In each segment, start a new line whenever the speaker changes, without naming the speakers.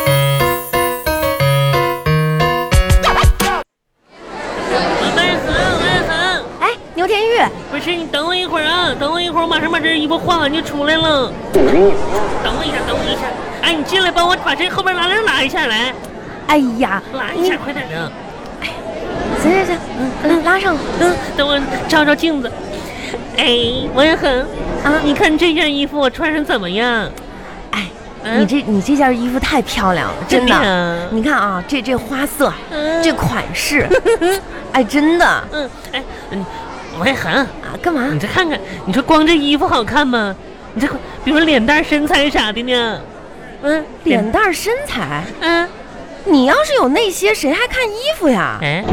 哎
哎
不是，你等我一会儿啊，等我一会儿，我马上把这衣服换完就出来了。等我一下，等我一下。哎，你进来帮我把这后边拉链拉一下来，
哎呀，
拉一
你
下，快点啊的。
行行行，嗯，拉上了
嗯，等我照照镜子。哎，文恒，
啊！
你看这件衣服我穿上怎么样？
哎，
嗯
你这你这件衣服太漂亮了，真
真的
的
呀。
你看啊，这这花色，
嗯
这款 式，哎，真的啊，
嗯，哎，嗯，文恒，
干嘛？
你再看看，你说光这衣服好看吗？你这比如脸蛋、身材啥的呢？嗯，
脸蛋儿身材，
嗯，
你要是有那些，谁还看衣服呀？
哎，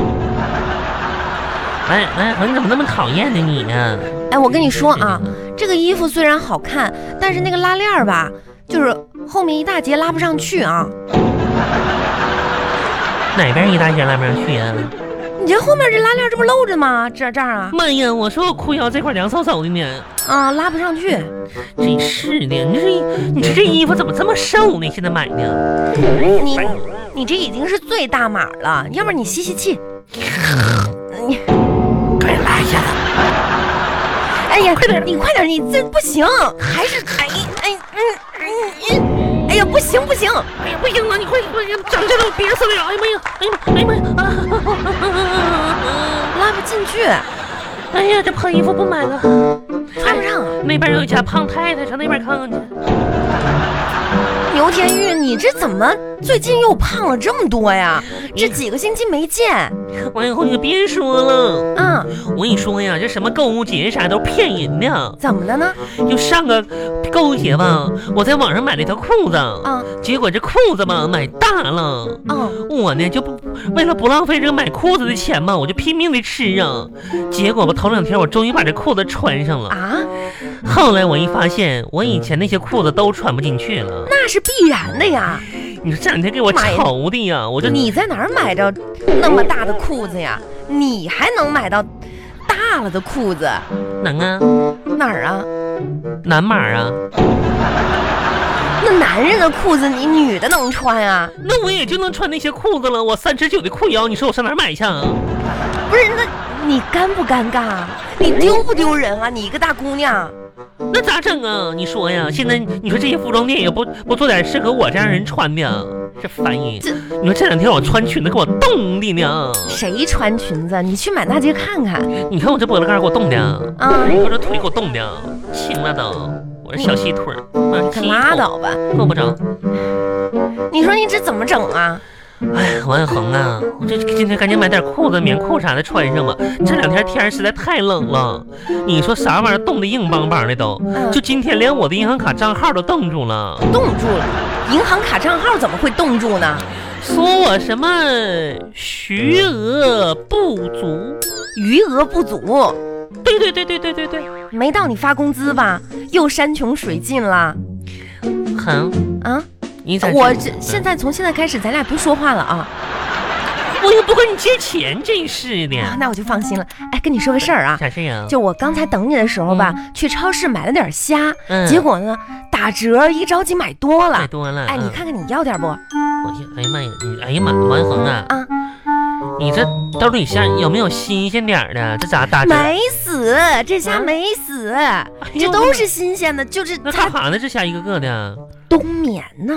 哎哎，恒，你怎么那么讨厌呢你啊呀、
哎，我跟你说啊，这个衣服虽然好看，但是那个拉链儿吧，就是后面一大截拉不上去啊。
哪边一大截拉不上去啊呀、
你这后面这拉链儿这不露着吗？这这儿啊
妈呀，我说我裤腰这块凉飕飕的呢，
啊，拉不上去。
真是的，你这你这这衣服怎么这么瘦呢？现在买的，
你你这已经是最大码了，要不然你吸吸气。哎你
快拉下来。
哎呀，快点，你快点，你这不行，还是哎哎嗯嗯，哎呀，不行不行，
哎呀，不行了，你快快点，整这都憋死了！哎呀妈呀，哎呀妈，哎呀妈呀！啊
拉不进去，
哎呀，这破衣服不买了。
穿不上。
那边有一家胖太太，上那边看看去。
牛天玉，你这怎么最近又胖了这么多呀？这几个星期没见，
王以后你就别说了，
嗯，
我跟你说呀，这什么购物节啥都骗人的。
怎么的呢？
就上个购物节吧，我在网上买了一条裤子，
啊
结果这裤子吧买大了。
哦，
我呢就不为了不浪费这个买裤子的钱嘛，我就拼命的吃啊。结果吧，头两天我终于把这裤子穿上了。
啊，
后来我一发现，我以前那些裤子都穿不进去了。
那是必然的呀。
你说这两天给我
妈呀
愁的呀，我这
你在哪儿买着那么大的裤子呀？你还能买到大了的裤子？
能啊，
哪儿啊？
男码啊，
那男人的裤子你女的能穿啊？
那我也就能穿那些裤子了。我三尺九的裤腰，你说我上哪儿买去啊？
不是，那你尴不尴尬啊？你丢不丢人啊？你一个大姑娘，
那咋整啊？你说呀，现在你说这些服装店也不不做点适合我这样人穿的，这烦人。
这
你说这两天我穿裙子给我冻的呢，
谁穿裙子？你去满大街看看
你看我这脖子盖儿给我冻的，
啊！
我这腿给我冻的，青了都。我这小细腿儿，啊，
可
细
拉
腿
倒吧！
够不着。
你说你这怎么整啊？
哎，王小恒啊，我这今天赶紧买点裤子、棉裤啥的穿上吧。这两天天儿实在太冷了，你说啥玩意儿冻得硬邦邦的都。
嗯
就今天连我的银行卡账号都冻住了，
冻住了，银行卡账号怎么会冻住呢？
说我什么余额不足。
余额不足，
对对对对对对对，
没到你发工资吧？又山穷水尽了
恒，
啊！
你咋知
我这现在从现在开始，咱俩别说话了啊！
我又不跟你借钱，真是的，
啊，那我就放心了。哎，跟你说个事儿啊，
啥事呀？
就我刚才等你的时候吧，去超市买了点虾，
嗯
结果呢打折，一着急买多
太
了。
多了。
哎，你
嗯，
看看你要点不？
我去，哎呀妈呀，你哎呀妈，王小恒啊，
啊，
你这兜里下有没有新鲜点儿的？这咋打折？
没死，这虾
啊
没死，
哎呦
这都是新鲜的，就是
那干
它
啥呢？这下一个个的，
冬眠呢。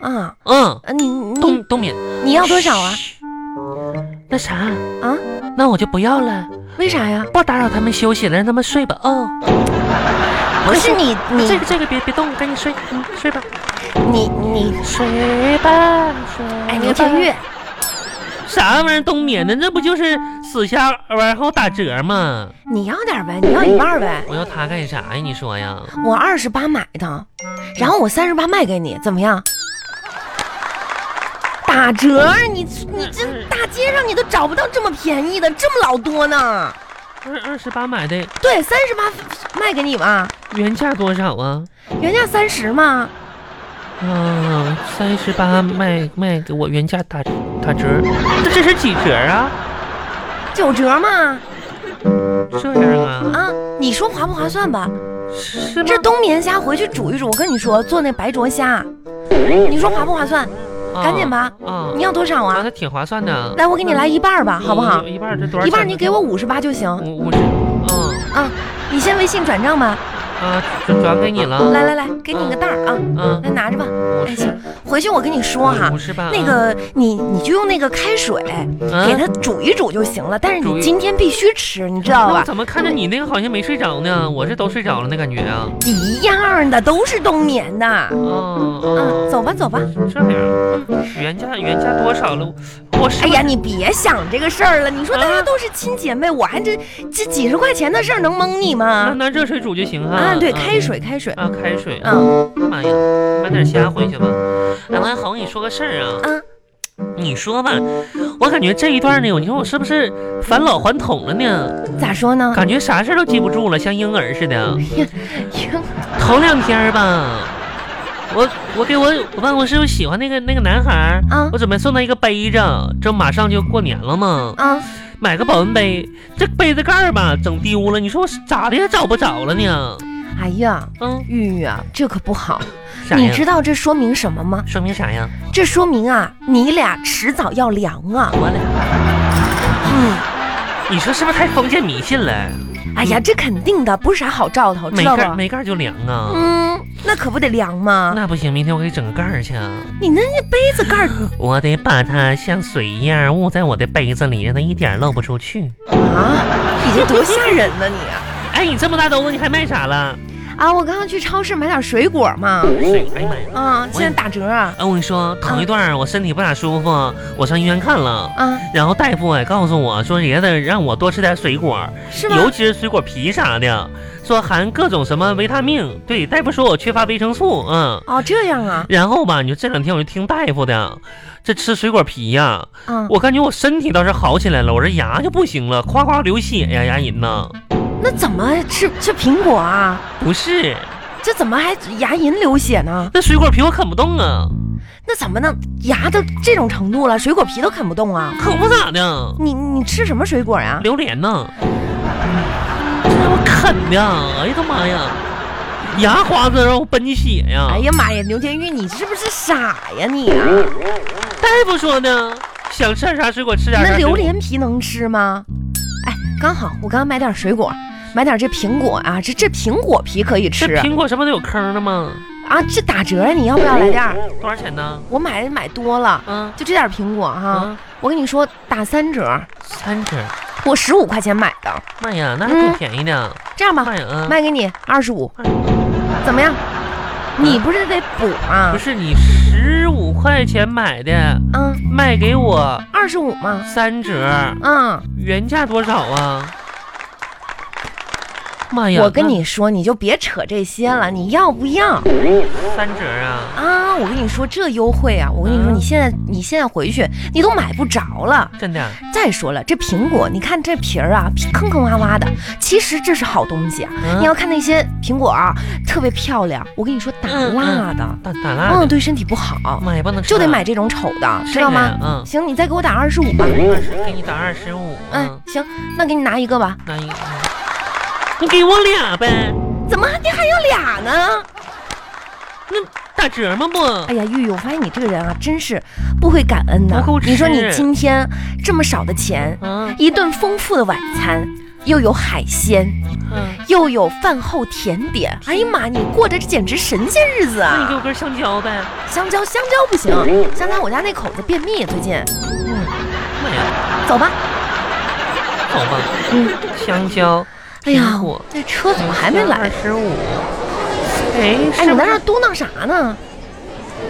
啊，
嗯，
呃你你
冬冬眠
你要多少啊？？
那啥
啊
啊，那我就不要了，
为啥呀？
不打扰他们休息了，让他们睡吧。哦，
不是你你
这个这个别别动，赶紧睡，嗯，睡吧，
你你，
睡吧，睡吧。
哎，牛天玉，
啥玩意儿冬眠的？那不就是死虾完后打折吗？
你要点呗，你要一半呗。
我要它干啥呀？你说呀？
我二十八买的，然后我三十八卖给你，怎么样？打折，你你这大街上你都找不到这么便宜的，这么老多呢。
二二十八买的，
对，三十八卖给你吧，
原价多少啊？
原价三十嘛。
啊，三十八卖卖给我原价打打折，这这是几折啊？
九折嘛，
这样啊？
啊，你说划不划算吧？
是吗
这？冬眠虾回去煮一煮，我跟你说，做那白灼虾，你说划不划算？赶紧吧，
啊，
你要多少
啊，
啊？
那挺划算的，
来，我给你来一半儿吧，好不好？
一一半儿这多少？
一半儿你给我，五十八就行。
我我这，嗯
啊！你先微信转账吧。
啊，转转给你了。
来来来，给你个袋儿啊，
嗯，
来拿着吧。
五
哎
十
行，回去我跟你说哈
五，十嗯吧。
那个你你就用那个开水
嗯
给它煮一煮就行了，但是
煮
你
一
今天必须吃，你知道
那我
吧？
怎么看着你那个好像没睡着呢？
嗯
我这都睡着了那感觉啊。
一样的，都是冬眠的。啊，
嗯嗯，
走吧走吧。
这样，嗯原价原价多少了？我是
哎呀，你别想这个事儿了。你说大家
啊
都是亲姐妹，我还这这几十块钱的事儿能蒙你
那
吗？
那热水煮就行哈。
啊，对，
嗯
开水开水。
啊，开水。
嗯
妈呀，买点虾回去吧。哎，王小红，你说个事儿啊。
啊，
你说吧，我感觉这一段呢，你说我是不是返老还童了呢？
咋说呢？
感觉啥事儿都记不住了，像婴儿似的。
行
头两天儿吧，我我给我我办公室有喜欢那个那个男孩儿，
啊
我准备送他一个杯子，这马上就过年了嘛，
啊，
买个保温杯，这杯子盖儿吧整丢了，你说我是咋的也找不着了呢？
哎呀，
嗯，
玉玉啊，这可不好。
啥
你
呀？
知道这说明什么吗？
说明啥呀？
这说明啊，你俩迟早要凉啊。
我了，
嗯，
你说是不是太封建迷信了？
哎呀，这肯定的，不是啥好兆头，
没
知道
盖儿
吧？
没盖儿就凉啊？
嗯，那可不得凉吗？
那不行，明天我给整个盖儿去啊。
你那那杯子盖儿
我得把它像水一样捂在我的杯子里，让它一点儿漏不出去。
啊，你这多吓人呢你！
哎，你这么大兜子，你还卖啥了？
啊，我刚刚去超市买点水果嘛，
水，哎呀妈呀！
啊，现在打折啊。
哎，我跟你说，头一段儿我身体不咋舒服，我上医院看了，
啊，
然后大夫也告诉我说，也得让我多吃点水果，
是
尤
吗？
其是水果皮啥的，说含各种什么维他命。对，大夫说我缺乏维生素，嗯。
哦，这样啊，
然后吧，你说这两天我就听大夫的，这吃水果皮呀、
啊，
我感觉我身体倒是好起来了，我这牙就不行了，夸夸流血呀，牙龈呐。
那怎么吃吃苹果啊？
不是，
这怎么还牙龈流血呢？
那水果皮我啃不动啊，
那怎么能牙都这种程度了，水果皮都啃不动啊？
啃不咋的，
你你吃什么水果呀、
榴莲呢，这让我啃的，哎呀妈呀，牙花子让我奔血呀。
哎呀妈呀，刘天玉，你是不是傻呀你啊？
嗯大夫说呢，想吃点啥水果吃点啥。
那榴，莲皮能吃吗？哎，刚好我刚刚买点水果，买点这苹果啊，这这苹果皮可以
这
吃
苹果什么都有坑的吗？
啊，这打折，你要不要来点儿？
多少钱呢？
我买买多了，
嗯
就这点苹果哈、
啊，
我跟你说打三折，
三折，
我十五块钱买的，
妈呀，那还
嗯
挺便宜的。
这样吧，
妈呀，嗯
卖给你二十五，怎么样？你不是得补吗
嗯不？是你十五块钱买的，
啊，
卖给我
二十五嘛，
三折，
啊，
原价多少啊？妈哎呀！
我跟你说，你就别扯这些了，你要不要？
那三折啊，
啊，我跟你说这优惠啊，我跟你说，
嗯
你现在你现在回去，你都买不着了。
真的啊？
再说了，这苹果，你看这皮儿啊，皮坑坑洼洼的，其实这是好东西啊。
嗯
你要看那些苹果啊，特别漂亮，我跟你说打
嗯
蜡的，
打打蜡
嗯，
的，
对身体不好，
妈呀，不能吃
就得
了
买这种丑的，知道
这
吗？
个呀
行，你再给我打二十五吧。
啊嗯，二十给你打二十五，
嗯
嗯，，
行，那给你拿一个吧。
那一个，你给我俩呗，
怎么你还有俩呢？
打折吗不？
哎呀，玉玉，我发现你这个人啊，真是不会感恩呐
不够。吃
你说你今天这么少的钱，
嗯
一顿丰富的晚餐，又有海鲜，
嗯，
又有饭后甜点，哎呀妈，你过着这简直神仙日子
那你给
啊！
我根香蕉呗，
香蕉，香蕉不行，香蕉我家那口子便秘，最近。
妈呀，
走吧。
好吧，
嗯，
香蕉，
哎呀
苹果，
这车怎么还没
二
来？
十五，哎，
哎，
是
你
不
在那
是
儿嘟囔啥呢？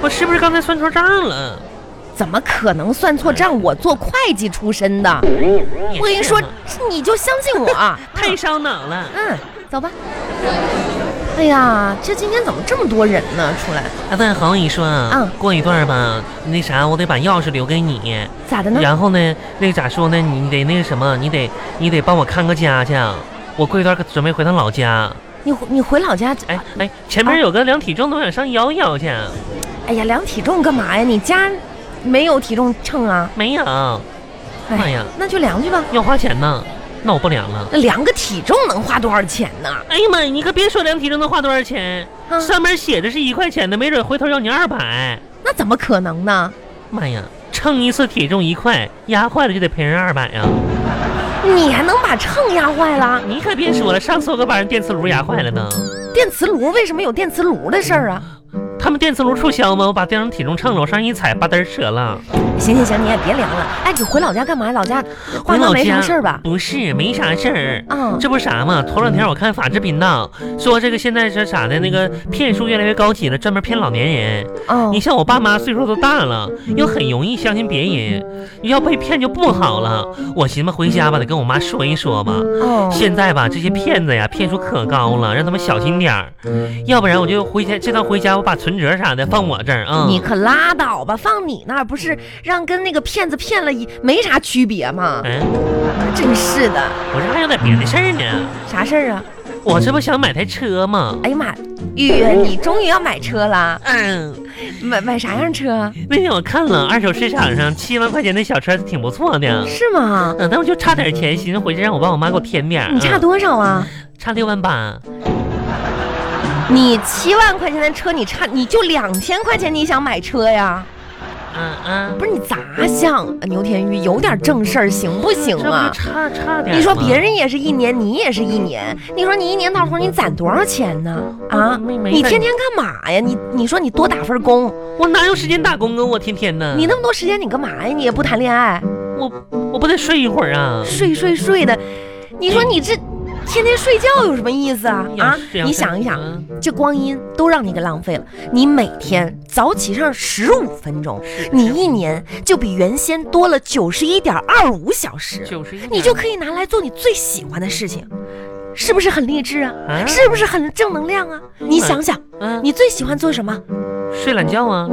我是不是刚才算错账了？
怎么可能算错账？我做会计出身的，
也
我跟你
是
说
哈，
你就相信我。啊
太烧脑了。
嗯，走吧。哎呀，这今天怎么这么多人呢？出来
哎，万恒，你说啊，
嗯
过一段儿吧，那啥，我得把钥匙留给你。
咋的呢？
然后呢，那咋说呢？你得那个什么，你得你得帮我看个家去啊。我过一段儿可准备回趟老家。
你回你回老家？
哎哎，前面有个量体重的，我想上摇一摇去。
哎呀，量体重干嘛呀？你家没有体重秤啊？
没有，哎呀，
那就量去吧。
要花钱呢。那我不量了。
那量个体重能花多少钱呢？
哎呀妈呀，你可别说量体重能花多少钱，
啊，
上面写着是一块钱的，没准回头要你二百。
那怎么可能呢？
妈呀，称一次体重一块，压坏了就得赔人二百呀。
你还能把秤压坏了？
啊你可别说了，上次我可把人电磁炉压坏了呢。
电磁炉为什么有电磁炉的事儿啊？
他们电磁炉促销吗？我把电上体重秤了，往上一踩，吧嘚折了。
行行行，你也别量了。哎，你回老家干嘛？老家
回
花
老
妈没啥
家
事儿吧？
不是，没啥事儿。
啊、
这不是啥嘛？头两天我看法制频道说这个现在是啥的，那个骗术越来越高级了，专门骗老年人。
哦
你，像我爸妈岁数都大了，又很容易相信别人，要被骗就不好了。我寻思回家吧，得跟我妈说一说吧。
哦，
现在吧，这些骗子呀，骗术可高了，让他们小心点儿，要不然我就回家。这趟回家，我把存折啥的放我这儿啊。
你可拉倒吧，放你那儿不是让跟那个骗子骗了一没啥区别吗？
嗯，
真是的，
我这还有点别的事儿呢。
啥事儿啊？
我这不想买台车吗？
哎呀妈，玉玉，你终于要买车了，
嗯，
买买啥样车啊？
那天我看了二手市场上七万块钱的小车，挺不错的。
是吗？
嗯，但我就差点钱，寻思回去让我爸我妈给我添点儿。
你差
嗯
多少啊？
差六万八。
你七万块钱的车，你差你就两千块钱，你想买车呀？
嗯嗯，
不是你咋想啊？牛天玉，有点正事儿行不行
这不
啊
就？差差点儿吗？
你说别人也是一年，你也是一年，你说你一年到头你攒多少钱呢？啊，
没没
你
事儿
天天干嘛呀？你你说你多打份工，
我哪有时间打工啊？我天天呢，
你那么多时间你干嘛呀？你也不谈恋爱，
我我不得睡一会儿啊？
睡睡睡的，你说你这天天睡觉有什么意思啊？啊，你想一想，
嗯
这光阴都让你给浪费了。你每天早起上十五分钟，你一年就比原先多了九十一点二五小时，
九十一，
你就可以拿来做你最喜欢的事情，是不是很励志啊？
啊
是不是很正能量啊？你想想，
嗯
你最喜欢做什么？
睡懒觉啊？